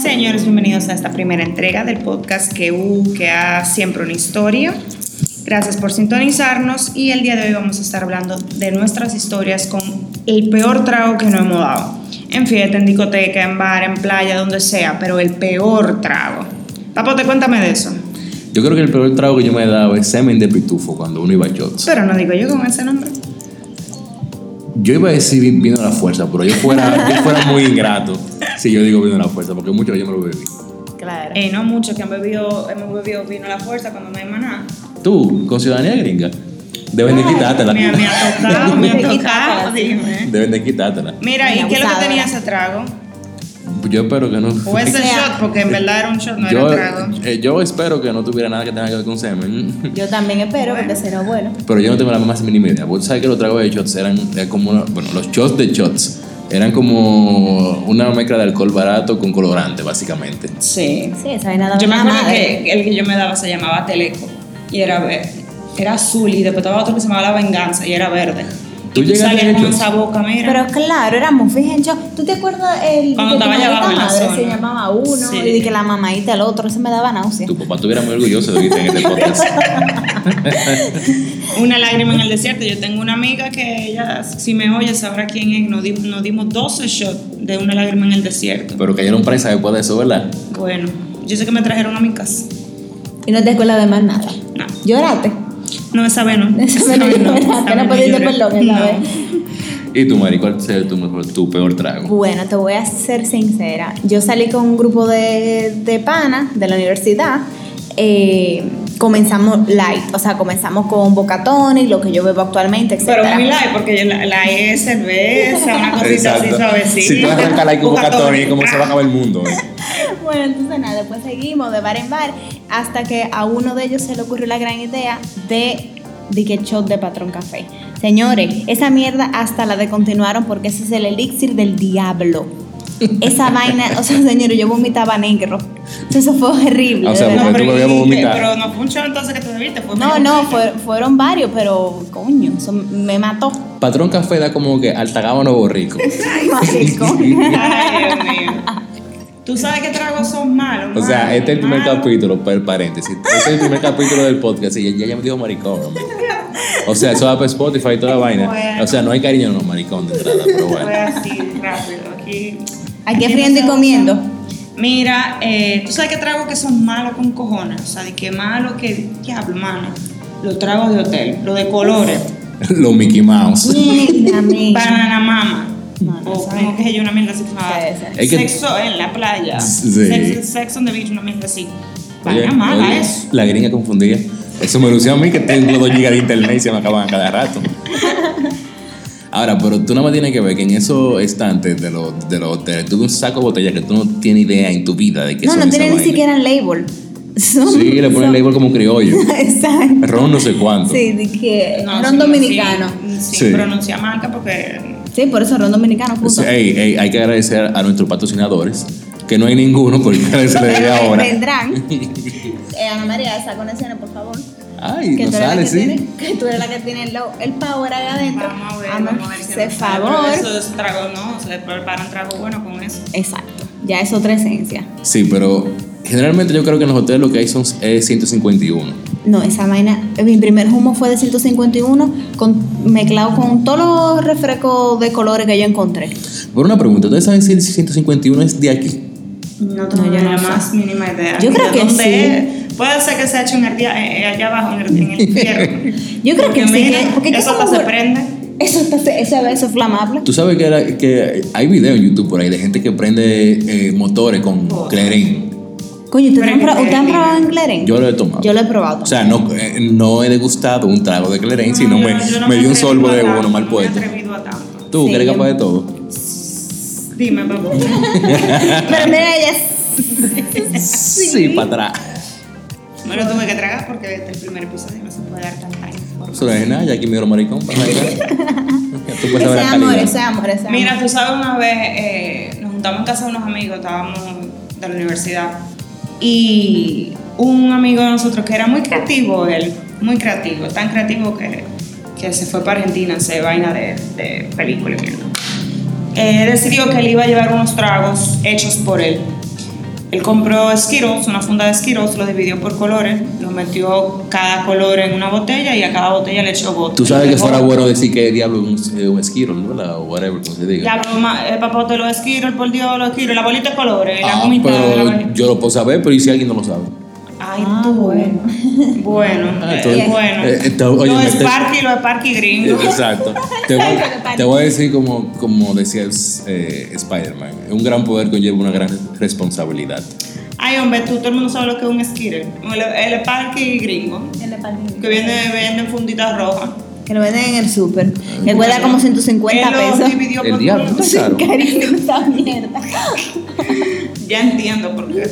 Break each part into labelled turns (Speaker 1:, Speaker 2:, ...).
Speaker 1: señores, bienvenidos a esta primera entrega del podcast que U, que ha siempre una historia. Gracias por sintonizarnos y el día de hoy vamos a estar hablando de nuestras historias con el peor trago que no hemos dado. En fiesta, en discoteca, en bar, en playa, donde sea, pero el peor trago. Papote, cuéntame de eso.
Speaker 2: Yo creo que el peor trago que yo me he dado es semen de pitufo cuando uno iba a shots.
Speaker 1: Pero no digo yo con ese nombre.
Speaker 2: Yo iba a decir vi- vino a la fuerza, pero yo fuera, yo fuera muy ingrato si yo digo vino a la fuerza, porque mucho yo me lo bebí.
Speaker 3: Claro.
Speaker 1: Eh, no mucho, que han bebido, hemos bebido vino a la fuerza cuando no hay maná.
Speaker 2: Tú, con ciudadanía gringa, deben de quitártela.
Speaker 1: Me, me ha tocado, me ha
Speaker 3: Me
Speaker 1: tocado,
Speaker 3: tocaba, sí.
Speaker 1: dime.
Speaker 2: Deben de quitártela.
Speaker 1: Mira, ¿y
Speaker 3: Una
Speaker 1: qué es lo que
Speaker 3: abusadora.
Speaker 1: tenía ese trago?
Speaker 2: Yo espero que no.
Speaker 1: O es el
Speaker 3: O sea,
Speaker 1: shot, porque en verdad era un shot, no
Speaker 2: yo,
Speaker 1: era trago.
Speaker 2: eh, yo espero que no tuviera nada que tenga que ver con semen.
Speaker 3: Yo también espero, porque será bueno.
Speaker 2: Pero yo no tengo la más mínima idea. Vos sabés que los tragos de shots eran, eran como. una- bueno, los shots de shots eran como una mezcla de alcohol barato con colorante, básicamente.
Speaker 1: Sí.
Speaker 3: Sí, esa vaina daba
Speaker 1: Yo me
Speaker 3: una
Speaker 1: acuerdo
Speaker 3: madre.
Speaker 1: que el que yo me daba se llamaba Teleco y era verde. Era azul y después estaba otro que se llamaba La Venganza y era verde.
Speaker 2: ¿Tú
Speaker 1: y tú
Speaker 2: llegaste
Speaker 1: salías
Speaker 2: a
Speaker 1: con
Speaker 2: ellos?
Speaker 1: esa boca, mira.
Speaker 3: Pero claro, éramos, fíjense, ¿tú te acuerdas el
Speaker 1: Cuando
Speaker 3: de tu
Speaker 1: estaba allá abajo en
Speaker 3: maldita
Speaker 1: la
Speaker 3: madre
Speaker 1: zona?
Speaker 3: se llamaba uno
Speaker 1: Sí.
Speaker 3: y de que la mamadita el otro, eso me daba náusea.
Speaker 2: Tu papá estuviera muy orgulloso de que en este podcast.
Speaker 1: Una lágrima en el desierto. Yo tengo una amiga que ella, si me oye, sabrá quién es. Nos, di- nos dimos 12 shots de una lágrima en el desierto.
Speaker 2: Pero cayeron presa después de eso, ¿verdad?
Speaker 1: Bueno, yo sé que me trajeron a mi casa.
Speaker 3: Y no te acuerdas de más nada.
Speaker 1: No,
Speaker 3: Lloraste.
Speaker 1: no esa vez no.
Speaker 3: Esa vez no lloraste, no pediste
Speaker 1: lloré.
Speaker 3: perdón esa
Speaker 1: No.
Speaker 3: vez.
Speaker 2: ¿Y tu marico cuál es tu, mejor, tu peor trago?
Speaker 3: Bueno, te voy a ser sincera. Yo salí con un grupo de, de panas de la universidad. Eh, comenzamos light, o sea, comenzamos con bocatones, lo que yo bebo actualmente, etc.
Speaker 1: Pero muy light, porque la, la E es cerveza, una cosita así suavecita.
Speaker 2: Si tú arrancas la como
Speaker 1: Boca
Speaker 2: Catoni,
Speaker 1: tonic.
Speaker 2: ¿cómo se va a acabar el mundo? eh?
Speaker 3: Bueno, entonces nada, después seguimos de bar en bar hasta que a uno de ellos se le ocurrió la gran idea de, de que shot de patrón café. Señores, esa mierda hasta la descontinuaron porque ese es el elixir del diablo. Esa vaina, o sea, señores, yo vomitaba negro. Entonces, Eso fue horrible.
Speaker 2: Ah, O sea,
Speaker 3: de
Speaker 2: porque
Speaker 1: No,
Speaker 3: verdad.
Speaker 1: pero,
Speaker 2: tú me
Speaker 1: ¿y
Speaker 2: habías
Speaker 1: qué?
Speaker 2: vomitado.
Speaker 1: pero no fue un show entonces que te debiste. Fue
Speaker 3: No,
Speaker 1: medio-
Speaker 3: no, fue- fueron varios, pero coño, eso me mató.
Speaker 2: Patrón Café da como que altagábano borrico.
Speaker 3: Maricón.
Speaker 1: Ay, Dios mío. Tú sabes qué tragos son malos.
Speaker 2: O sea,
Speaker 1: malos,
Speaker 2: este es el primer
Speaker 1: malos.
Speaker 2: capítulo, per paréntesis. Este es el primer capítulo del podcast. Y ya, ya me dijo maricón. hombre. O sea, eso va para Spotify y toda la vaina.
Speaker 1: Bueno.
Speaker 2: O sea, no hay cariño, no, maricón de entrada, pero
Speaker 1: Fue
Speaker 2: bueno.
Speaker 1: así, rápido. Aquí.
Speaker 3: Aquí
Speaker 1: no
Speaker 3: friendo y
Speaker 1: se usa.
Speaker 3: comiendo.
Speaker 1: Mira, eh, tú sabes qué tragos que son malos con cojones. O sea, de qué malo que. Diablo, mano. Los tragos de hotel, los de colores.
Speaker 2: Los Mickey Mouse.
Speaker 3: Mierda, mía.
Speaker 1: Banana mama.
Speaker 3: No, no,
Speaker 1: o
Speaker 3: esa
Speaker 1: como
Speaker 3: vaina.
Speaker 1: que yo una mierda así. ah,
Speaker 3: Esa,
Speaker 2: esa. Es que-
Speaker 1: Sexo en la playa.
Speaker 2: Sí.
Speaker 1: Sexo, sexo on the beach, una mierda así.
Speaker 2: Oye,
Speaker 1: Vaina mala
Speaker 2: oye,
Speaker 1: eso.
Speaker 2: La gringa confundida. Eso me lució a mí que tengo 2 gigas de internet y se me acaban a cada rato. Ahora, pero tú nada más tienes que ver que en esos estantes de los de los hoteles, tú ves un saco de botella que tú no tienes idea en tu vida de que
Speaker 3: No,
Speaker 2: son
Speaker 3: no
Speaker 2: esa
Speaker 3: tiene ni
Speaker 2: vaina.
Speaker 3: siquiera label. Son-
Speaker 2: Sí, le ponen label como criollo.
Speaker 3: Exacto.
Speaker 2: Ron no sé cuánto.
Speaker 3: Sí, de que
Speaker 1: No,
Speaker 3: ron
Speaker 1: sí,
Speaker 3: dominicano.
Speaker 1: Sí, sí,
Speaker 2: Sí.
Speaker 1: pronuncia marca porque.
Speaker 3: Sí, por eso ron dominicano,
Speaker 2: O
Speaker 3: punto.
Speaker 2: sea, ey, ey, hay que agradecer a nuestros patrocinadores, que no hay ninguno porque se le debe ahora.
Speaker 3: Vendrán. Eh, Ana María, esa conexiones, por favor.
Speaker 2: Ay,
Speaker 3: que
Speaker 2: no
Speaker 3: tú eres la
Speaker 2: sale,
Speaker 3: que
Speaker 2: sí.
Speaker 3: tiene, que tú eres la que tiene el, lo- el power ahí adentro.
Speaker 1: Vamos a ver,
Speaker 3: Hazme
Speaker 1: vamos a ver si
Speaker 3: ese
Speaker 1: nos sale, pero
Speaker 3: ah, favor.
Speaker 1: Eso es trago, ¿no? Se preparan trago bueno con eso.
Speaker 3: Exacto. Ya es otra esencia.
Speaker 2: Sí, pero generalmente yo creo que en los hoteles lo que hay son eh, 151.
Speaker 3: No, esa vaina, mi primer humo fue de 151 con, mezclado con todos los refrescos de colores que yo encontré.
Speaker 2: Por una pregunta, ¿ustedes saben si el 151 es de aquí?
Speaker 1: No
Speaker 3: tengo
Speaker 1: yo
Speaker 3: ni la
Speaker 1: más
Speaker 3: más
Speaker 1: mínima idea.
Speaker 3: Yo creo
Speaker 1: ¿De
Speaker 3: que
Speaker 1: dónde
Speaker 3: sí.
Speaker 1: es? Puede ser que se ha hecho en el día- eh, eh, allá abajo, en el, en el infierno.
Speaker 3: Yo creo que sí, que- porque es que
Speaker 1: eso
Speaker 3: como
Speaker 1: hasta se
Speaker 3: vol-
Speaker 1: prende.
Speaker 3: Eso, está, eso, eso es flamable.
Speaker 2: Tú sabes que, era- que hay videos en YouTube por ahí de gente que prende eh, motores con
Speaker 1: Oh.
Speaker 2: Clarín.
Speaker 3: Coño, ¿ustedes han,
Speaker 1: Pero
Speaker 3: pro-
Speaker 1: que-
Speaker 3: ¿ustedes han probado en Clarín?
Speaker 2: Yo lo he tomado.
Speaker 3: Yo lo he probado.
Speaker 2: O sea, no, eh, no he degustado un trago de Clarín, sino me,
Speaker 1: yo no
Speaker 2: me dio
Speaker 1: atrevo
Speaker 2: un sorbo
Speaker 1: a
Speaker 2: de
Speaker 1: tanto,
Speaker 2: uno mal
Speaker 1: No me
Speaker 2: puesto.
Speaker 1: he atrevido a tanto.
Speaker 2: Tú,
Speaker 3: Sí,
Speaker 2: que eres
Speaker 3: yo-
Speaker 2: capaz de todo.
Speaker 1: Dime, papá.
Speaker 3: Pero mira, ella es-
Speaker 2: Sí, para atrás.
Speaker 1: Me lo tuve que tragar porque este es el primer episodio no se puede dar tanta información.
Speaker 2: Eso no es nada, ya aquí me dio maricón. para acá. Tú puedes
Speaker 3: ese
Speaker 2: saber la
Speaker 3: amor,
Speaker 2: Pues calidad.
Speaker 3: ese amor, ese amor.
Speaker 1: Mira, tú sabes, una vez eh, nos juntamos en casa de unos amigos, estábamos de la universidad, y un amigo de nosotros que era muy creativo, él, muy creativo, tan creativo que, que se fue para Argentina a hacer vaina de, de película. y mierda. Eh, decidió que él iba a llevar unos tragos hechos por él. Él compró Skittles, una funda de Skittles, lo dividió por colores, lo metió cada color en una botella y a cada botella le echó bote.
Speaker 2: Tú sabes que fuera bueno decir que diablo es un, eh, un Skittle, ¿verdad? O whatever, como se diga.
Speaker 1: Ya, eh, broma, el papote, los Skittles, por Dios, los Skittles, la bolita de colores, la
Speaker 2: ah,
Speaker 1: gomita.
Speaker 2: pero
Speaker 1: la-
Speaker 2: yo lo puedo saber, pero ¿y si alguien no lo sabe?
Speaker 1: Ay,
Speaker 3: Ah,
Speaker 1: tú.
Speaker 3: bueno.
Speaker 1: Bueno, bueno.
Speaker 2: Ah, entonces- eh, entonces, oye,
Speaker 1: lo
Speaker 2: me
Speaker 1: es
Speaker 2: te-
Speaker 1: Parky, lo es Parky
Speaker 2: Eh,
Speaker 1: gringo.
Speaker 2: Exacto. Te voy, te voy a decir como, como decía eh, Spider-Man, un gran poder conlleva una gran responsabilidad.
Speaker 1: Ay, hombre, tú, todo el mundo sabe lo que es un Skittle. El, el Parky gringo,
Speaker 3: En la pandemia.
Speaker 1: que viene, venden funditas rojas.
Speaker 3: Que lo venden en el súper. Que cuesta como 150
Speaker 1: Él los
Speaker 3: pesos.
Speaker 1: dividió
Speaker 2: El
Speaker 1: por
Speaker 2: diablo.
Speaker 1: colores.
Speaker 2: Claro.
Speaker 3: Carísimo esa mierda.
Speaker 1: Ya entiendo por qué.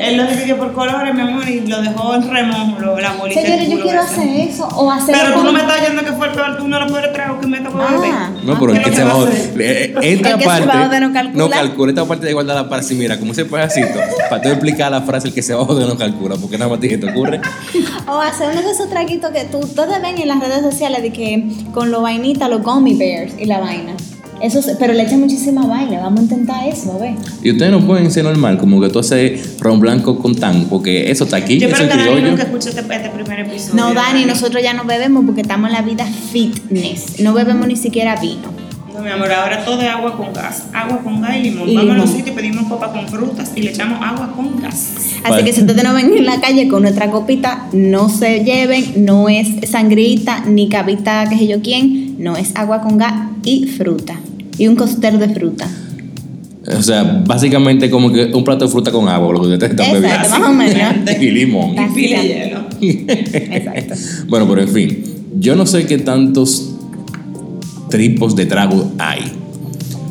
Speaker 1: Él lo dividió por colores, mi amor, y lo dejó en remojo, lo- la bolita. de
Speaker 3: Señores, yo
Speaker 1: culo
Speaker 3: quiero
Speaker 1: esa.
Speaker 3: hacer eso. O hacer
Speaker 1: Pero tú no me estás diciendo que fue el peor, tú no lo puedes traer, que me está
Speaker 3: Ah.
Speaker 2: No, pero
Speaker 1: ¿qué
Speaker 2: es que
Speaker 1: lo
Speaker 2: se
Speaker 1: va a
Speaker 2: va
Speaker 1: hacer?
Speaker 2: Esta
Speaker 3: Es que se
Speaker 2: parte.
Speaker 3: va a joder, no calcula.
Speaker 2: calcula, Esta parte de guardarla para sí. Mira, como ese pedacito. Para tú explicar la frase, el que se va a joder no calcula. Porque nada más a ti se te ocurre.
Speaker 3: O hacer uno de esos traguitos que tú todos ven en las redes sociales de que con lo vainita, los gummy bears y la vaina. Eso es- pero le echan muchísima vaina. Vamos a intentar eso, a ver.
Speaker 2: Y ustedes no pueden ser normal. Como que tú haces ron blanco con tan. Porque eso está aquí.
Speaker 1: Yo
Speaker 2: eso
Speaker 1: espero
Speaker 2: es
Speaker 1: que Dani
Speaker 2: criollo.
Speaker 1: nunca escuche este, este primer episodio.
Speaker 3: No, Dani, nosotros ya no bebemos porque estamos en la vida fitness. No bebemos ni siquiera vino.
Speaker 1: No, mi amor, ahora todo es agua con gas. Agua con gas y limón.
Speaker 3: Y
Speaker 1: Vamos a los
Speaker 3: limón.
Speaker 1: sitios y pedimos copa con frutas y le echamos agua con gas.
Speaker 3: Así
Speaker 2: Vale.
Speaker 3: que si ustedes no ven en la calle con nuestra copita, no se lleven, no es sangrita, ni cabita, qué sé yo quién, no es agua con gas y fruta. Y un costel de fruta.
Speaker 2: O sea, básicamente como que un plato de fruta con agua. Lo que ustedes están
Speaker 3: Exacto,
Speaker 2: bebiendo.
Speaker 3: más o menos.
Speaker 2: Y limón.
Speaker 3: Así
Speaker 1: Pila de
Speaker 3: es.
Speaker 1: hielo.
Speaker 3: Exacto.
Speaker 2: Bueno, pero en fin, yo no sé qué tantos tripos de trago hay.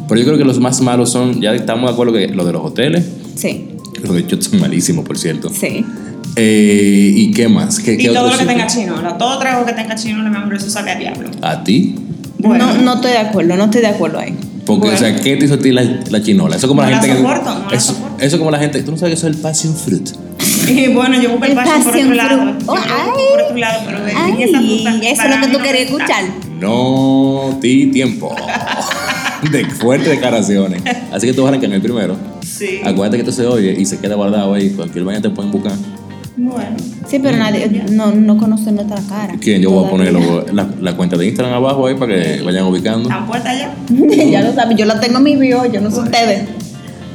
Speaker 2: Pero yo creo que los más malos son, ya estamos de acuerdo que lo de los hoteles,
Speaker 3: Sí,
Speaker 2: los de shots son malísimos, por cierto.
Speaker 3: sí.
Speaker 2: Eh, ¿Y qué más? ¿Qué, qué
Speaker 1: Y todo lo
Speaker 2: otro
Speaker 1: que
Speaker 2: sitio?
Speaker 1: tenga chino, ¿no? todo trago que tenga chino, mi amor, eso sabe a diablo.
Speaker 2: ¿A ti?
Speaker 1: Bueno.
Speaker 3: No, no estoy de acuerdo, no estoy de acuerdo ahí.
Speaker 2: Porque,
Speaker 1: Bueno.
Speaker 2: o sea, ¿qué te hizo a ti la, la chinola? Eso como
Speaker 1: No
Speaker 2: la
Speaker 1: la
Speaker 2: gente
Speaker 1: soporto,
Speaker 2: que.
Speaker 1: no la
Speaker 2: eso,
Speaker 1: soporto.
Speaker 2: eso como la gente. Tú no sabes que eso es el passion fruit.
Speaker 1: Y bueno, yo busco el
Speaker 3: El
Speaker 1: pasión por otro
Speaker 3: passion
Speaker 1: lado.
Speaker 3: fruit.
Speaker 1: Yo
Speaker 3: Oh,
Speaker 1: busco por otro lado, pero en
Speaker 3: Ay,
Speaker 1: esa fruta,
Speaker 3: eso es
Speaker 1: para
Speaker 3: lo que
Speaker 1: mí
Speaker 3: tú
Speaker 1: no
Speaker 3: querías
Speaker 1: me gusta.
Speaker 3: escuchar.
Speaker 2: No ti tiempo. De fuertes declaraciones. Así que tú vas a arrancar el primero.
Speaker 1: Sí.
Speaker 2: Acuérdate que esto se oye y se queda guardado ahí. Cualquier vaina te pueden buscar.
Speaker 1: Bueno.
Speaker 3: Sí, pero nadie, no, no conocen nuestra cara.
Speaker 2: ¿Quién? Yo voy a
Speaker 3: Todavía.
Speaker 2: poner lo- la, la cuenta de Instagram abajo ahí para que vayan ubicando.
Speaker 1: ¿Están puertas ya?
Speaker 3: ya lo saben, yo la tengo en mi bio, yo no sé ustedes.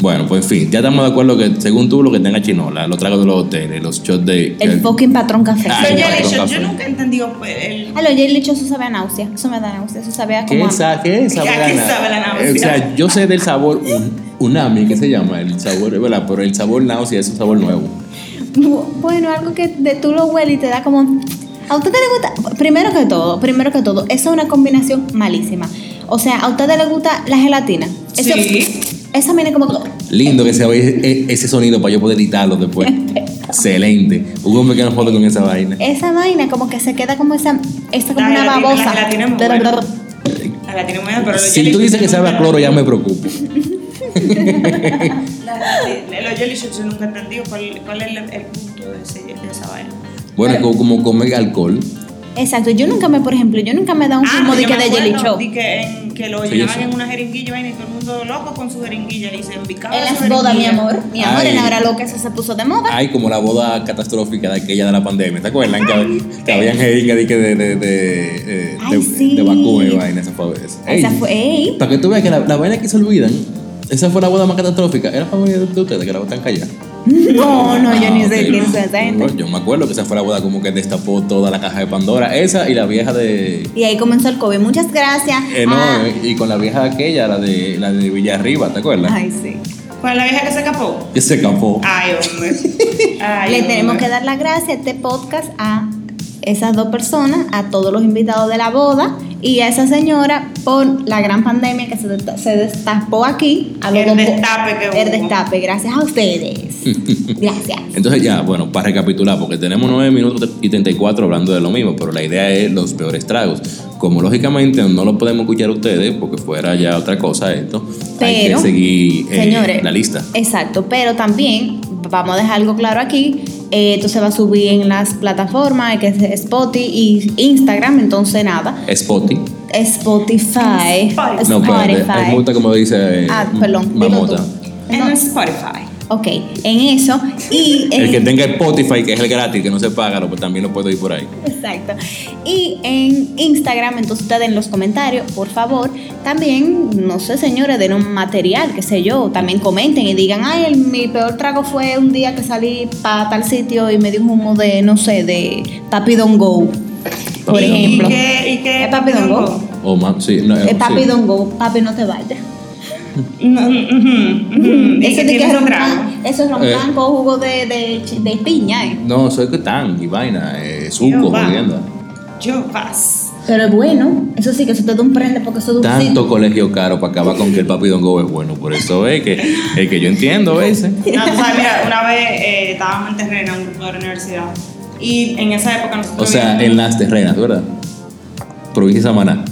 Speaker 2: Bueno, pues en fin, ya estamos de acuerdo que según tú lo que tenga chinola, los tragos de los hoteles, los shots de...
Speaker 3: El fucking patrón café.
Speaker 2: Ah,
Speaker 1: Pero
Speaker 2: el
Speaker 1: ya
Speaker 2: patrón
Speaker 1: le- yo, yo
Speaker 2: café.
Speaker 1: nunca he entendido pues, el.
Speaker 3: A lo ya el hecho eso sabe a náusea, eso me da náusea, eso sabe a
Speaker 2: ¿Qué,
Speaker 3: como a-
Speaker 2: sa- qué sabe
Speaker 1: Ya,
Speaker 2: la
Speaker 1: ¿qué
Speaker 2: na-
Speaker 1: sabe la náusea?
Speaker 2: O sea, yo sé del sabor un- unami, que se llama, el sabor, ¿verdad? Pero el sabor náusea es un sabor nuevo.
Speaker 3: Bu- Bueno, algo que de tú lo hueles y te da como... A ustedes les gusta, primero que todo, primero que todo, esa es una combinación malísima. O sea, a ustedes les gusta la gelatina. Eso-
Speaker 1: Sí.
Speaker 3: Esa viene como...
Speaker 2: Lindo que se oye e- ese sonido para yo poder editarlo después. Excelente. Un hombre que no jode con esa vaina.
Speaker 3: Esa vaina como que se queda como esa... Esa como
Speaker 1: La
Speaker 3: una
Speaker 1: gelatina- la
Speaker 3: babosa.
Speaker 1: gelatina es muy
Speaker 3: Pero-
Speaker 1: buena. A la tiene buena, pero los
Speaker 2: Si
Speaker 1: jelly
Speaker 2: tú
Speaker 1: shots
Speaker 2: dices
Speaker 1: yo
Speaker 2: que sabe a
Speaker 1: nunca-
Speaker 2: cloro, ya me preocupo.
Speaker 1: Sí, Los jelly shots yo nunca he entendido cuál, cuál es el, el punto de, ese- de esa vaina.
Speaker 2: Bueno, es como, como comer alcohol.
Speaker 3: Exacto, yo nunca me, por ejemplo, yo nunca me he dado un zumo Ah, de
Speaker 1: Ah, yo
Speaker 3: que
Speaker 1: me
Speaker 3: de
Speaker 1: acuerdo
Speaker 3: Jelly Show.
Speaker 1: di que, en- que lo
Speaker 2: Sí,
Speaker 1: llevaban
Speaker 2: eso.
Speaker 1: en una jeringuilla y vaina, y todo el mundo loco con su jeringuilla y se embicaba.
Speaker 3: En
Speaker 1: su
Speaker 3: las bodas, mi
Speaker 1: jeringuilla.
Speaker 3: amor. Mi amor,
Speaker 2: Ay.
Speaker 3: en la hora loca eso se puso de moda.
Speaker 2: Ay, como la boda catastrófica de aquella de la pandemia. ¿Te acuerdan? Que, que habían jeringa de, que de, de, de, eh,
Speaker 3: Ay,
Speaker 2: de-
Speaker 3: sí.
Speaker 2: de vacuna y vaina. Esa fue. esa. Ey,
Speaker 3: Esa fue, ey.
Speaker 2: Para que tú veas que la, la vaina que se olvidan, esa fue la boda más catastrófica. Era familia de de ustedes que la botan callada.
Speaker 3: No, no, yo
Speaker 2: Ah,
Speaker 3: ni
Speaker 2: ok.
Speaker 3: sé quién es esa gente.
Speaker 2: No, Yo me acuerdo que esa fue la boda como que destapó toda la caja de Pandora. Esa y la vieja de.
Speaker 3: Y ahí comenzó el COVID. Muchas gracias.
Speaker 2: eh, no,
Speaker 3: Ah,
Speaker 2: eh, y con la vieja aquella, la de, la de Villarriba, ¿te acuerdas?
Speaker 3: Ay, sí.
Speaker 1: ¿Cuál es la vieja que se escapó?
Speaker 2: Que se escapó.
Speaker 1: Ay, hombre. Ay,
Speaker 3: Le tenemos
Speaker 1: hombre.
Speaker 3: que dar las gracias a este podcast a esas dos personas, a todos los invitados de la boda y a esa señora por la gran pandemia que se, desta- se destapó aquí. A los
Speaker 1: El
Speaker 3: dos po-
Speaker 1: destape que
Speaker 3: El
Speaker 1: hubo.
Speaker 3: destape, gracias a ustedes. gracias.
Speaker 2: Entonces ya, bueno, para recapitular, porque tenemos 9 minutos y 34 hablando de lo mismo, pero la idea es los peores tragos. Como lógicamente no lo podemos escuchar ustedes, porque fuera ya otra cosa esto, hay que
Speaker 3: Pero,
Speaker 2: seguir eh,
Speaker 3: Señores.
Speaker 2: la lista.
Speaker 3: Exacto, pero también vamos a dejar algo claro aquí. eh, esto se va a subir en las plataformas que es Spotify y Instagram, entonces nada.
Speaker 2: Spotty.
Speaker 3: Spotify.
Speaker 1: Spotify.
Speaker 2: No, pero me gusta como dice eh,
Speaker 3: Ah, perdón. dilo
Speaker 2: Mamota.
Speaker 3: tú.
Speaker 1: En
Speaker 3: No,
Speaker 1: Spotify.
Speaker 3: Ok, en eso. Y en-
Speaker 2: El que tenga Spotify, que es el gratis, que no se paga, lo- pues, también lo puedo ir por ahí.
Speaker 3: Exacto. Y en Instagram, entonces ustedes en los comentarios, por favor, también, no sé, señores, den un material, qué sé yo, también comenten y digan, ay, el- mi peor trago fue un día que salí para tal sitio y me dio un humo de, no sé, de Papi Don't Go, por
Speaker 2: Papi Don't
Speaker 3: ejemplo.
Speaker 1: ¿Y qué, y qué
Speaker 3: ¿Es Papi Don't Go?
Speaker 2: O más, sí. No,
Speaker 3: Es
Speaker 2: sí.
Speaker 3: Eh, Papi Don't Go, Papi no te vayas.
Speaker 1: No, mm, ujú, ujú. ¿Y
Speaker 3: Eso
Speaker 1: qué
Speaker 3: Mm, de que
Speaker 1: tienes
Speaker 3: ron
Speaker 1: trago?
Speaker 3: blan- eso es ron
Speaker 2: Eh.
Speaker 3: blanco, jugo de, de, chi- de piña, eh.
Speaker 2: No, soy que tan y vaina, eh, suco,
Speaker 1: Yo, va.
Speaker 2: jodienda.
Speaker 1: Yo, paz.
Speaker 3: Pero es bueno, eso sí, que eso te da un prende porque eso es dulcito.
Speaker 2: Tanto colegio caro para acabar con que el papi Don Go es bueno. Por eso es que, es que yo entiendo a veces.
Speaker 1: No, Ah, tú sabes, mira, una vez eh, estábamos en terreno, un grupo de la universidad. Y en esa época
Speaker 2: O
Speaker 1: nosotros.
Speaker 2: sea, en
Speaker 1: vivíamos-
Speaker 2: las terrenas, ¿verdad? Provincia de Samaná.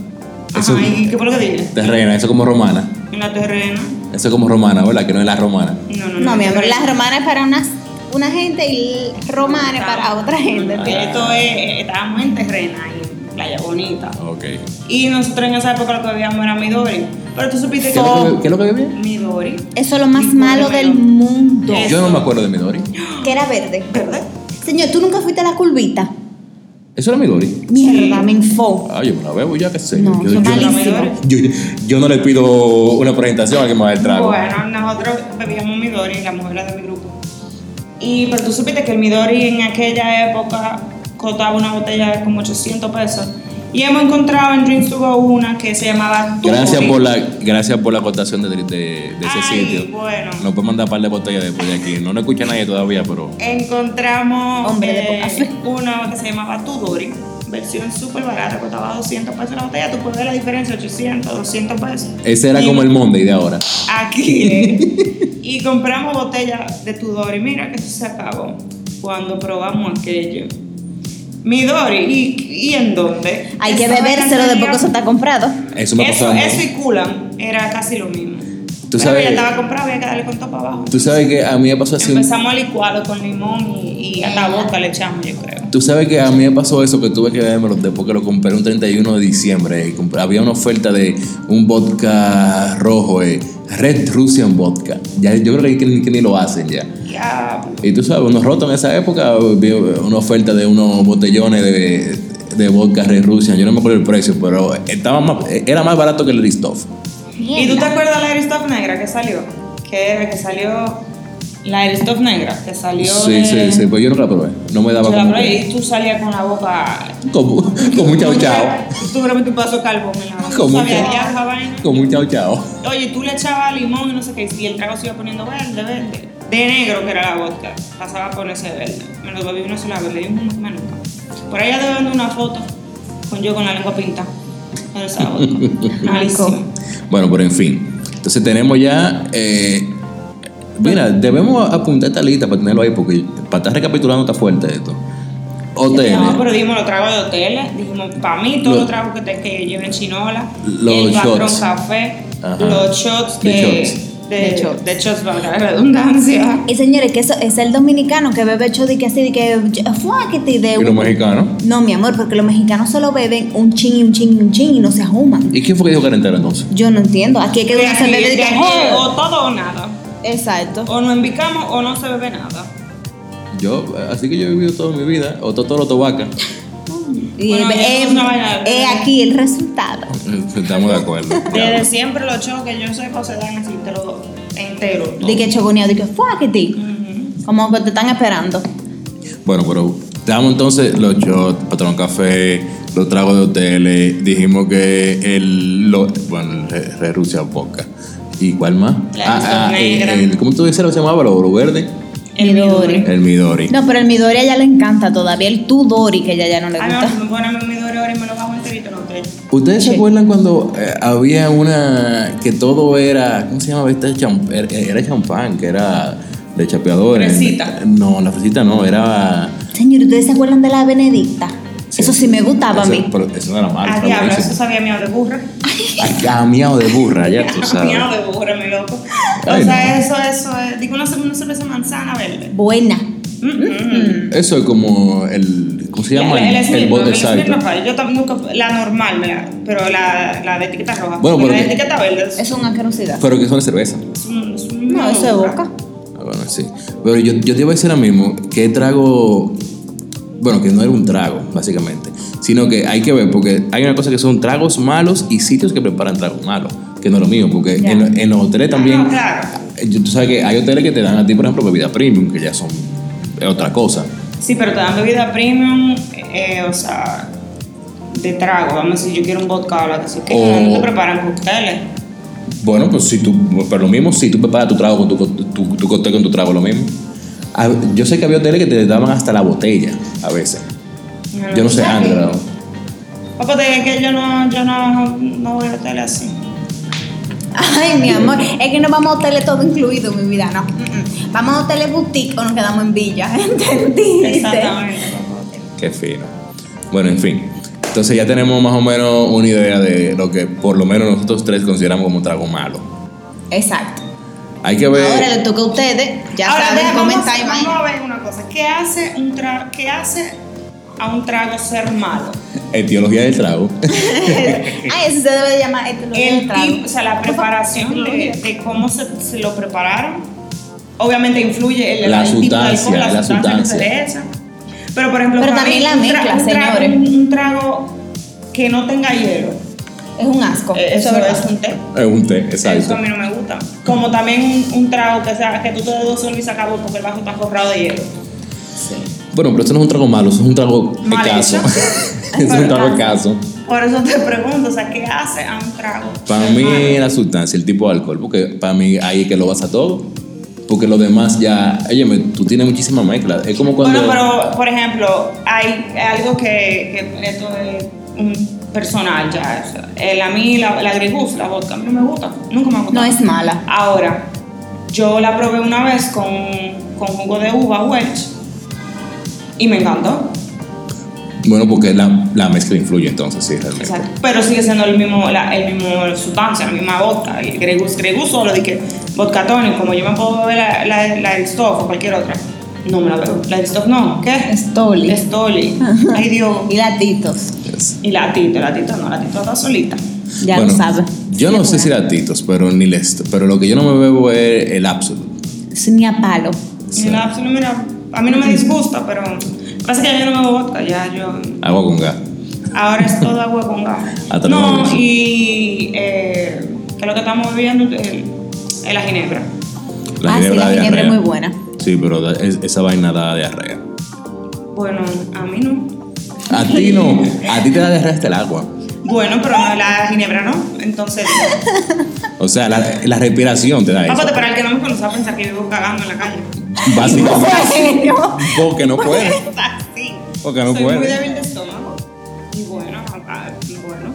Speaker 2: Eso,
Speaker 1: Ajá, ¿y qué fue lo que dije?
Speaker 2: terrena, eso como romana.
Speaker 1: En la terreno.
Speaker 2: Eso como romana, ¿verdad? Que no es la romana.
Speaker 1: No, no,
Speaker 3: No, mi amor,
Speaker 1: terreno.
Speaker 3: las romanas para unas, una gente y romanes para otra gente.
Speaker 1: Porque
Speaker 2: Ah.
Speaker 1: Esto es, estábamos en terreno ahí, en Playa Bonita.
Speaker 2: Ok. ¿Qué
Speaker 1: Y nosotros en esa época lo que bebíamos era Midori. Pero tú supiste
Speaker 2: es lo que-
Speaker 1: que.
Speaker 2: qué es lo que bebía?
Speaker 1: Midori.
Speaker 3: Eso es lo más
Speaker 1: Ningún
Speaker 3: malo del
Speaker 1: melón.
Speaker 3: mundo.
Speaker 1: Eso.
Speaker 2: Yo no me acuerdo de Midori.
Speaker 3: Que era verde.
Speaker 1: ¿Verdad?
Speaker 3: Señor, tú nunca fuiste a la curvita.
Speaker 2: ¿Eso era Midori?
Speaker 3: Mierda, me infó.
Speaker 2: Ah, yo me la bebo ya, qué sé. yo.
Speaker 3: No,
Speaker 2: yo,
Speaker 3: son
Speaker 2: yo-
Speaker 3: malísimos.
Speaker 2: yo- yo no le pido una presentación a que me haga el trago.
Speaker 1: Bueno, nosotros bebíamos Midori, las mujeres de mi grupo. Y pero tú supiste que el Midori en aquella época costaba una botella como 800 pesos. Y hemos encontrado en Drinks to Go una que se llamaba Tubo.
Speaker 2: Gracias por la, gracias por la acotación de, de, de ese
Speaker 1: Ay,
Speaker 2: sitio.
Speaker 1: bueno.
Speaker 2: Nos pueden mandar un par de botellas después de aquí. No nos escucha nadie todavía, pero.
Speaker 1: Encontramos eh,
Speaker 3: Hombre de poca fe.
Speaker 1: una que se llamaba Tudori, versión súper barata, costaba 200 pesos la botella. Tú puedes ver la diferencia, 800, 200 pesos.
Speaker 2: Ese era
Speaker 1: Y
Speaker 2: como el Monday de ahora.
Speaker 1: Aquí eh. y compramos botellas de Tudori. Mira que eso se acabó cuando probamos aquello. Midori, ¿y, y en dónde?
Speaker 3: Hay que
Speaker 1: Esa
Speaker 3: bebérselo de
Speaker 1: mercancía-
Speaker 3: poco eso está comprado.
Speaker 2: Eso me
Speaker 1: Eso,
Speaker 2: pasaba.
Speaker 1: eso y Kulan era casi lo mismo.
Speaker 2: Tú
Speaker 1: Pero
Speaker 2: sabes-
Speaker 1: ya estaba comprado, había que darle con todo para abajo.
Speaker 2: Tú sabes que a mí me pasó así. un-
Speaker 1: Empezamos a licuarlo con limón y, y hasta boca le echamos, yo creo.
Speaker 2: Tú sabes que a mí me pasó eso que tuve que beberme los después que lo compré un 31 de diciembre. eh, compré- había una oferta de un vodka rojo, eh, Red Russian Vodka. Ya, yo creo que, ni- que ni- que ni lo hacen ya.
Speaker 1: Ya,
Speaker 2: Y tú sabes, unos rotos en esa época, vi una oferta de unos botellones de, de vodka Red Russian. Yo no me acuerdo el precio, pero estaba más, era más barato que el Ristoff.
Speaker 1: ¿Y tú te acuerdas la Airstuff negra que salió? Que era que salió la Airstuff negra que salió
Speaker 2: Sí,
Speaker 1: de-
Speaker 2: sí, sí, pues yo no la probé. No me daba
Speaker 1: Yo la
Speaker 2: como.
Speaker 1: probé
Speaker 2: que-
Speaker 1: y tú salías con la boca
Speaker 2: Como, como un chao chao.
Speaker 1: Tú realmente un vaso de carbón en la boca.
Speaker 2: Como un
Speaker 1: Sabía
Speaker 2: chao.
Speaker 1: ya esa vaina.
Speaker 2: Como un chao chao.
Speaker 1: Oye, tú le echabas limón y no sé qué, y el trago se iba poniendo verde, verde. De negro que era la vodka, pasaba por ese verde. Me lo bebí una sola vez, le di un humo que nunca. Por allá te vendo una foto con yo con la lengua pinta. Pero esa vodka. Malísimo.
Speaker 2: Bueno, pero en fin. Entonces tenemos ya. eh, mira, debemos apuntar esta lista para tenerlo ahí, porque para estar recapitulando está fuerte esto. Hoteles.
Speaker 1: No, pero dimos los tragos de hoteles, dijimos para mí todos
Speaker 2: Lo-
Speaker 1: los tragos que, te, que lleven chinola,
Speaker 2: Los
Speaker 1: el patrón
Speaker 2: shots.
Speaker 1: café,
Speaker 2: Ajá.
Speaker 1: los shots
Speaker 2: De
Speaker 1: que,
Speaker 2: shots.
Speaker 1: De,
Speaker 3: De shots.
Speaker 1: de shots, valga la redundancia.
Speaker 3: Y señores, que eso es el dominicano que bebe hecho de que así, de que fuáquete de
Speaker 2: y los mexicanos.
Speaker 3: No, mi amor, porque los mexicanos solo beben un chin y un chin y un chin y no se ajuman.
Speaker 2: ¿Y quién fue que dijo que era entero entonces?
Speaker 3: Yo no entiendo. Aquí hay que
Speaker 1: De
Speaker 3: una se
Speaker 1: aquí-
Speaker 3: bebe de
Speaker 1: de
Speaker 3: que.
Speaker 1: aquí,
Speaker 3: "Oh".
Speaker 1: o todo o nada.
Speaker 3: Exacto.
Speaker 1: O nos embicamos o no se bebe nada.
Speaker 2: Yo, eh, así que yo he vivido toda mi vida, o todo lo tobaca.
Speaker 3: Y
Speaker 1: Bueno, ya
Speaker 3: eh,
Speaker 1: no es una vaina.
Speaker 3: eh, aquí el resultado.
Speaker 2: Estamos de acuerdo.
Speaker 1: Desde siempre los shots que yo sepa se dan así te lo- entero. todo.
Speaker 3: De que choconeado, de que fuáquete.
Speaker 1: Ujú.
Speaker 3: Como que te están esperando.
Speaker 2: Bueno, pero damos entonces los shots, patrón café, los tragos de hoteles, dijimos que el, lo, bueno, el Re- Re Rusia Vodka. ¿Y cuál más? Ah,
Speaker 1: La Rusia
Speaker 2: el-
Speaker 1: negra.
Speaker 2: el- ¿Cómo tú dices lo que se llamaba? ¿El oro verde?
Speaker 1: El
Speaker 3: Midori.
Speaker 1: Midori.
Speaker 2: El Midori.
Speaker 3: No, pero el Midori a ella le encanta todavía. El Tudori, que a ella ya no le
Speaker 1: Ah, no,
Speaker 3: gusta.
Speaker 1: si me ponen mi Midori ahora y me lo bajo enterito en el hotel.
Speaker 2: ¿Ustedes se
Speaker 3: Sí.
Speaker 2: acuerdan cuando eh, había una que todo era, ¿cómo se llamaba esta? Champ- era- Era champán, que era de chapeadores.
Speaker 1: Fresita.
Speaker 2: No, la fresita no, era...
Speaker 3: Señor, ¿ustedes se acuerdan de la Benedicta? Eso sí me gustaba a
Speaker 2: Eso-
Speaker 3: mí.
Speaker 2: pero eso no era malo.
Speaker 1: Ah,
Speaker 2: estaba
Speaker 1: diablo,
Speaker 2: buenísimo.
Speaker 1: eso sabía mío de burra.
Speaker 2: Acá, miau de burra, ya tú sabes.
Speaker 1: Miau de burra, mi loco. O
Speaker 2: Ay,
Speaker 1: sea,
Speaker 2: no.
Speaker 1: eso, eso es. Digo, una, una cerveza manzana verde.
Speaker 3: Buena.
Speaker 1: Mm, mm, mm.
Speaker 2: Eso es como el. ¿Cómo se
Speaker 1: El,
Speaker 2: llama?
Speaker 1: el, Smirnoff,
Speaker 2: bote
Speaker 1: el
Speaker 2: exacto.
Speaker 1: Smirnoff, Yo tam- nunca, la normal, la- pero la, la de etiqueta roja.
Speaker 2: Bueno,
Speaker 1: Porque
Speaker 2: pero
Speaker 1: la de
Speaker 2: que-
Speaker 1: etiqueta verde es,
Speaker 3: Es una asquerosidad.
Speaker 2: Pero que son de cerveza.
Speaker 1: es un- es un-
Speaker 3: No, eso es boca.
Speaker 2: Ah, Bueno, sí. Pero yo, yo te iba a decir ahora mismo que trago. Bueno, que no era un trago, básicamente. Sino que hay que ver, porque hay una cosa que son tragos malos y sitios que preparan tragos malos, que no es lo mío, porque
Speaker 3: Ya.
Speaker 2: en, en los hoteles también.
Speaker 1: no, Ah, claro.
Speaker 2: Yo- Tú sabes que hay hoteles que te dan a ti, por ejemplo, bebida premium, que ya son es otra cosa.
Speaker 1: Sí, pero te dan bebida premium, eh, o sea, de trago. Vamos a decir, yo quiero un vodka o la que sea. que
Speaker 2: O-
Speaker 1: no te preparan cócteles.
Speaker 2: Bueno, pues si tú, pero lo mismo, si tú preparas tu trago con tu, co- tu, tu cóctel con tu trago, lo mismo. A- Yo sé que había hoteles que te daban hasta la botella a veces. Yo no sé, Andra. ¿no?
Speaker 1: Papá, te digo que yo no, yo no, no voy a hoteles así.
Speaker 3: Ay, mi amor, es que no vamos a hoteles todo incluido, mi vida, no. Mm, mm. Vamos a hoteles boutique o nos quedamos en villa, ¿entendiste?
Speaker 1: Exactamente.
Speaker 2: Qué fino. Bueno, en fin. Entonces ya tenemos más o menos una idea de lo que por lo menos nosotros tres consideramos como trago malo.
Speaker 3: Exacto.
Speaker 2: Hay que ver.
Speaker 3: Ahora le toca a ustedes, ya
Speaker 1: Ahora,
Speaker 3: saben,
Speaker 1: deja, vamos,
Speaker 3: comentar y
Speaker 1: vamos
Speaker 3: vaina.
Speaker 1: a ver una cosa. ¿Qué hace, un tra- ¿Qué hace a un trago ser malo?
Speaker 2: Etiología del trago.
Speaker 3: Ay, eso Ah, se debe de llamar este etología del
Speaker 1: El
Speaker 3: trago.
Speaker 1: tipo, o sea, la preparación de, de cómo se, se lo prepararon. Obviamente influye el, el
Speaker 2: La
Speaker 1: tipo de
Speaker 2: sustancia,
Speaker 1: alcohol, la,
Speaker 2: la
Speaker 1: sustancia, que se le echa. Pero por ejemplo,
Speaker 3: Pero
Speaker 1: para
Speaker 3: también
Speaker 1: mí,
Speaker 3: la
Speaker 1: un tra-
Speaker 3: mezcla,
Speaker 1: un trago-
Speaker 3: señores.
Speaker 1: un trago que no tenga hielo.
Speaker 3: Es un asco.
Speaker 1: eh,
Speaker 3: eso es
Speaker 1: Eso
Speaker 3: verdad.
Speaker 1: es un té.
Speaker 2: Es un té,
Speaker 1: Eso
Speaker 2: exacto.
Speaker 1: a mí no me gusta. Como también un, un trago que, sea, que tú te dos solo y se acabó porque el vaso está forrado de hielo.
Speaker 2: Bueno, pero eso no es un trago malo, eso es un trago
Speaker 1: Mal
Speaker 2: escaso.
Speaker 1: hecho.
Speaker 2: Eso es un trago escaso.
Speaker 1: Por eso te pregunto, o sea, ¿qué hace a un trago?
Speaker 2: Para
Speaker 1: ser
Speaker 2: mí
Speaker 1: malo?
Speaker 2: la sustancia, el tipo de alcohol, porque para mí ahí es que lo vas a todo. Porque lo demás ya, óyeme, tú tienes muchísima mezcla. Es como cuando...
Speaker 1: Bueno, pero por ejemplo, hay algo que, que esto es un personal ya. o sea, el- a mí la, la Grey Goose, la vodka, a mí no me gusta, nunca me ha
Speaker 3: No
Speaker 1: gustado.
Speaker 3: es mala.
Speaker 1: Ahora, yo la probé una vez con, con jugo de uva Welch y me encantó.
Speaker 2: Bueno, porque la, la mezcla influye entonces, sí, realmente.
Speaker 1: O sea, pero sigue siendo el mismo, la, el mismo sustancia, la misma vodka. El Grey Goose, Grey Goose solo de que vodka tonic, como yo me puedo beber la, la, la Eristoff o cualquier otra. No me la bebo. La Eristoff no, ¿qué?
Speaker 3: Stoli.
Speaker 1: Stoli. Ay Dios.
Speaker 3: Y latitos.
Speaker 2: Yes.
Speaker 1: Y la Tito, la Tito no, la Tito está solita.
Speaker 3: Ya
Speaker 2: Bueno,
Speaker 3: lo sabe.
Speaker 2: Yo no sé si latitos, pero ni les, pero lo que yo no me bebo es el absoluto.
Speaker 3: si. Ni a palo.
Speaker 2: Sí.
Speaker 1: Y la Absolut, mira, a mí no me disgusta, pero pasa que ya yo no bebo vodka, ya yo.
Speaker 2: Agua con gas.
Speaker 1: Ahora es todo agua con gas.
Speaker 2: Hasta luego,
Speaker 1: No,
Speaker 2: Luis.
Speaker 1: y eh, que lo que estamos bebiendo el- es la ginebra.
Speaker 2: La
Speaker 3: ah, sí,
Speaker 2: ginebra da
Speaker 3: la ginebra es
Speaker 2: diarrea.
Speaker 3: muy buena.
Speaker 2: Sí, pero da- es- esa vaina da diarrea.
Speaker 1: Bueno, a mí no.
Speaker 2: A ti no, a ti te da diarrea hasta el agua.
Speaker 1: Bueno, pero no, la ginebra no. Entonces,
Speaker 2: O sea, la, la respiración te da eso.
Speaker 1: papá, para el que no me conoce va a pensar que vivo cagando en la calle.
Speaker 2: Básicamente.
Speaker 3: Bueno,
Speaker 2: Porque no puedes.
Speaker 1: Sí.
Speaker 2: Porque no
Speaker 1: Soy muy
Speaker 2: puedes.
Speaker 1: débil de estómago. Y bueno, ah, bueno.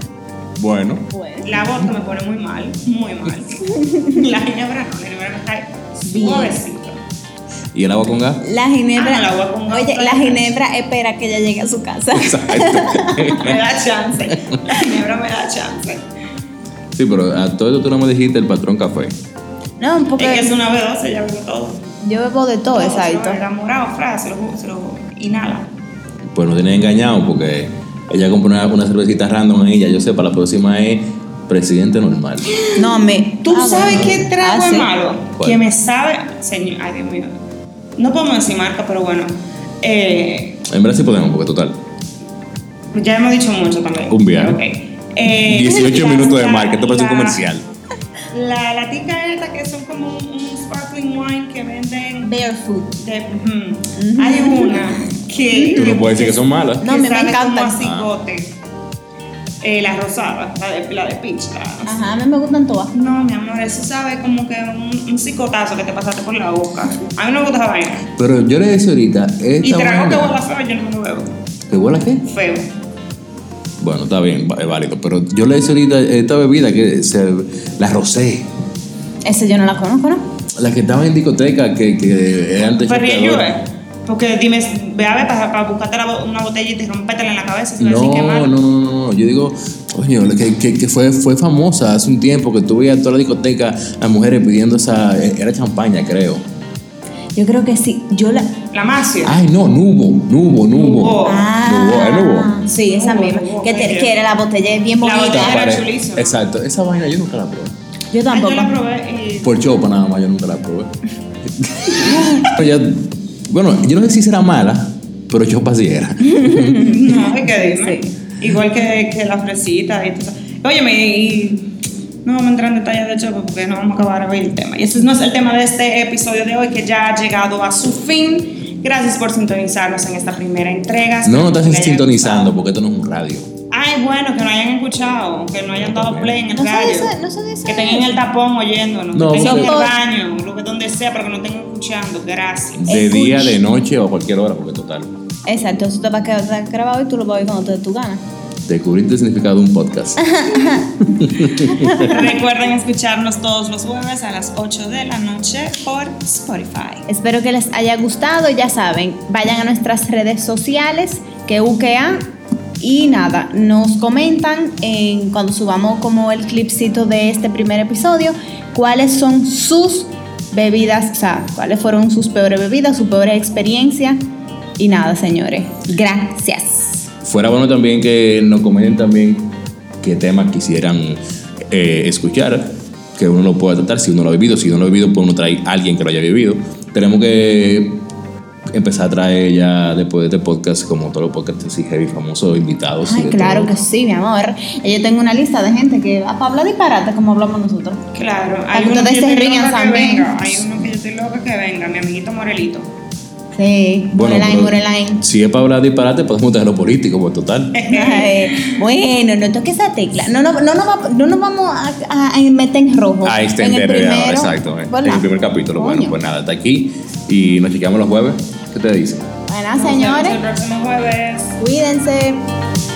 Speaker 2: Bueno.
Speaker 3: bueno.
Speaker 1: La vodka me pone muy mal, muy mal. La ginebra no, la ginebra me cae suavecito.
Speaker 2: ¿Y el agua con gas?
Speaker 3: La ginebra.
Speaker 1: Ah, no, la agua con gas.
Speaker 3: oye, la ginebra espera que ella llegue a su casa.
Speaker 2: Exacto.
Speaker 1: Me da chance. La ginebra me da chance.
Speaker 2: Sí, pero a todo esto tú no me dijiste el patrón café.
Speaker 3: No, porque
Speaker 1: Es que es una B12, ya veo todo.
Speaker 3: yo bebo de todo,
Speaker 1: Se lo
Speaker 3: exacto.
Speaker 1: enamorado, fra, se lo, se lo inhala.
Speaker 2: Pues no tiene engañado porque ella compró una, una cervecita random ahí, ya yo sé, para la próxima es presidente normal.
Speaker 3: No, me.
Speaker 1: ¿Tú
Speaker 3: Ah,
Speaker 1: sabes
Speaker 3: bueno.
Speaker 1: qué trago
Speaker 3: Ah,
Speaker 1: es
Speaker 3: sí.
Speaker 1: malo?
Speaker 2: ¿Cuál?
Speaker 1: Que me sabe. Señor, ay Dios mío. No podemos decir marca, pero bueno. Eh,
Speaker 2: En verdad sí podemos, porque total.
Speaker 1: ya hemos dicho mucho también.
Speaker 2: Un viaje.
Speaker 1: Ok. Eh,
Speaker 2: 18 minutos de
Speaker 1: la-
Speaker 2: marca, esto parece un
Speaker 1: la-
Speaker 2: comercial.
Speaker 1: La latica esta que son como un, un sparkling wine que venden.
Speaker 3: Barefoot.
Speaker 1: de- ujú. Hay una que.
Speaker 2: Tú no puedes decir que son malas.
Speaker 1: que
Speaker 3: No, me- me
Speaker 1: sabe como
Speaker 3: encantan.
Speaker 1: a cigote. Eh, la rosada, la de, la de peach. la-
Speaker 3: Ajá, a mí me gustan todas.
Speaker 1: No, mi amor, eso sabe como que un, un cicotazo que te pasaste por la boca. A mí no me gusta esa vaina.
Speaker 2: Pero yo le decía ahorita, esta
Speaker 1: Y trago que
Speaker 2: vaina-
Speaker 1: huela feo, yo no me lo bebo.
Speaker 2: ¿Que huela qué?
Speaker 1: Feo.
Speaker 2: Bueno, está bien, va- es válido. Pero yo le decía ahorita, esta bebida que se, la rosé,
Speaker 3: Esa yo no la conozco, ¿no?
Speaker 2: la que estaba en discoteca, que, que era antes
Speaker 1: Pero yo
Speaker 2: chapeadora.
Speaker 1: llueve. Porque dime, ve a ver para, para buscarte la bo- una botella y te rompértela en la cabeza. si
Speaker 2: No,
Speaker 1: decís que
Speaker 2: no,
Speaker 1: mal.
Speaker 2: no, no, no. Yo digo, coño, que, que, que fue, fue famosa hace un tiempo que tú veías toda la discoteca las mujeres pidiendo esa. eh, Era champaña, creo.
Speaker 3: Yo creo que sí. Yo la.
Speaker 1: La macia.
Speaker 2: Ay, no, nubo,
Speaker 1: Nubo.
Speaker 2: nubo, nubo. Nubo, ¿eh, nubo?
Speaker 3: Ah, Sí, esa
Speaker 1: Nubo,
Speaker 3: misma.
Speaker 1: nubo,
Speaker 3: Que, te-
Speaker 1: muy bien.
Speaker 3: que Ah, era la botella bien
Speaker 1: La
Speaker 3: bonita.
Speaker 1: botella.
Speaker 2: Esta
Speaker 1: era
Speaker 2: pare-
Speaker 1: chulísima.
Speaker 2: Exacto, esa vaina yo nunca la probé.
Speaker 3: Yo
Speaker 1: Ah,
Speaker 3: tampoco.
Speaker 1: Yo la probé y
Speaker 2: Por chopa nada más, yo nunca la probé. Pero ya- bueno, yo no sé si será mala, pero chopa sí era.
Speaker 1: No, hay que dime.
Speaker 3: Sí.
Speaker 1: Igual que, que la fresita y todo. Óyeme, y no vamos a entrar en detalles de choco porque no vamos a acabar hoy el tema. Y ese no es el tema de este episodio de hoy que ya ha llegado a su fin. Gracias por sintonizarnos en esta primera entrega.
Speaker 2: No, no estás
Speaker 1: Espero que les haya
Speaker 3: Ah.
Speaker 2: sintonizando porque esto no es un radio.
Speaker 1: gustado. Ay, bueno, que no hayan escuchado, que no hayan dado play en el
Speaker 3: No se
Speaker 1: radio.
Speaker 3: dice- no se dice.
Speaker 1: que tengan el tapón oyéndonos,
Speaker 2: No,
Speaker 1: que tengan en el
Speaker 3: porque-
Speaker 1: baño, lo que donde sea, pero que no tengan escuchando. Gracias.
Speaker 2: De
Speaker 3: Escucha.
Speaker 2: día, de noche o a cualquier hora, porque total.
Speaker 3: Exacto, eso te va a quedar grabado y tú lo vas a ver cuando te dé tu gana.
Speaker 2: Descubriste el significado de un podcast.
Speaker 1: Recuerden escucharnos todos los jueves a las 8 de la noche por Spotify.
Speaker 3: Espero que les haya gustado, ya saben, vayan a nuestras redes sociales, que UKA, y nada, nos comentan en, cuando subamos como el clipcito de este primer episodio, cuáles son sus bebidas, o sea, cuáles fueron sus peores bebidas, su peor experiencia, y nada, señores, gracias.
Speaker 2: Fuera bueno también que nos comenten también qué temas quisieran eh, escuchar, que uno lo pueda tratar, si uno lo ha vivido, si no lo ha vivido, pues uno trae a alguien que lo haya vivido. Tenemos que empezar a traer ya después de este podcast, como todos los podcasts así heavy, famosos, invitados. y
Speaker 3: Ay,
Speaker 2: de
Speaker 3: claro
Speaker 2: todo.
Speaker 3: que sí, mi amor. Yo tengo una lista de gente que va para hablar disparate como hablamos nosotros.
Speaker 1: Claro,
Speaker 3: Para que ustedes se rían también.
Speaker 1: venga, hay uno que yo estoy loca que venga, mi amiguito Morelito.
Speaker 3: Sí,
Speaker 2: Bueno, pero
Speaker 3: Moreline, Moreline. Eh,
Speaker 2: Si es para hablar disparate, podemos tenerlo político, pues total.
Speaker 3: Ay, bueno, no toques esa tecla. No, no, no, nos va- no nos vamos a, a- a meter en rojo.
Speaker 2: A
Speaker 3: En
Speaker 2: extender,
Speaker 3: el primero,
Speaker 2: exacto. eh, En
Speaker 3: ¿verdad?
Speaker 2: el primer capítulo. Bueno,
Speaker 3: Coño.
Speaker 2: pues nada, hasta aquí y nos chequeamos los jueves. ¿Qué te dice?
Speaker 3: Bueno,
Speaker 1: Nos vemos
Speaker 3: señores,
Speaker 1: El próximo jueves.
Speaker 3: cuídense.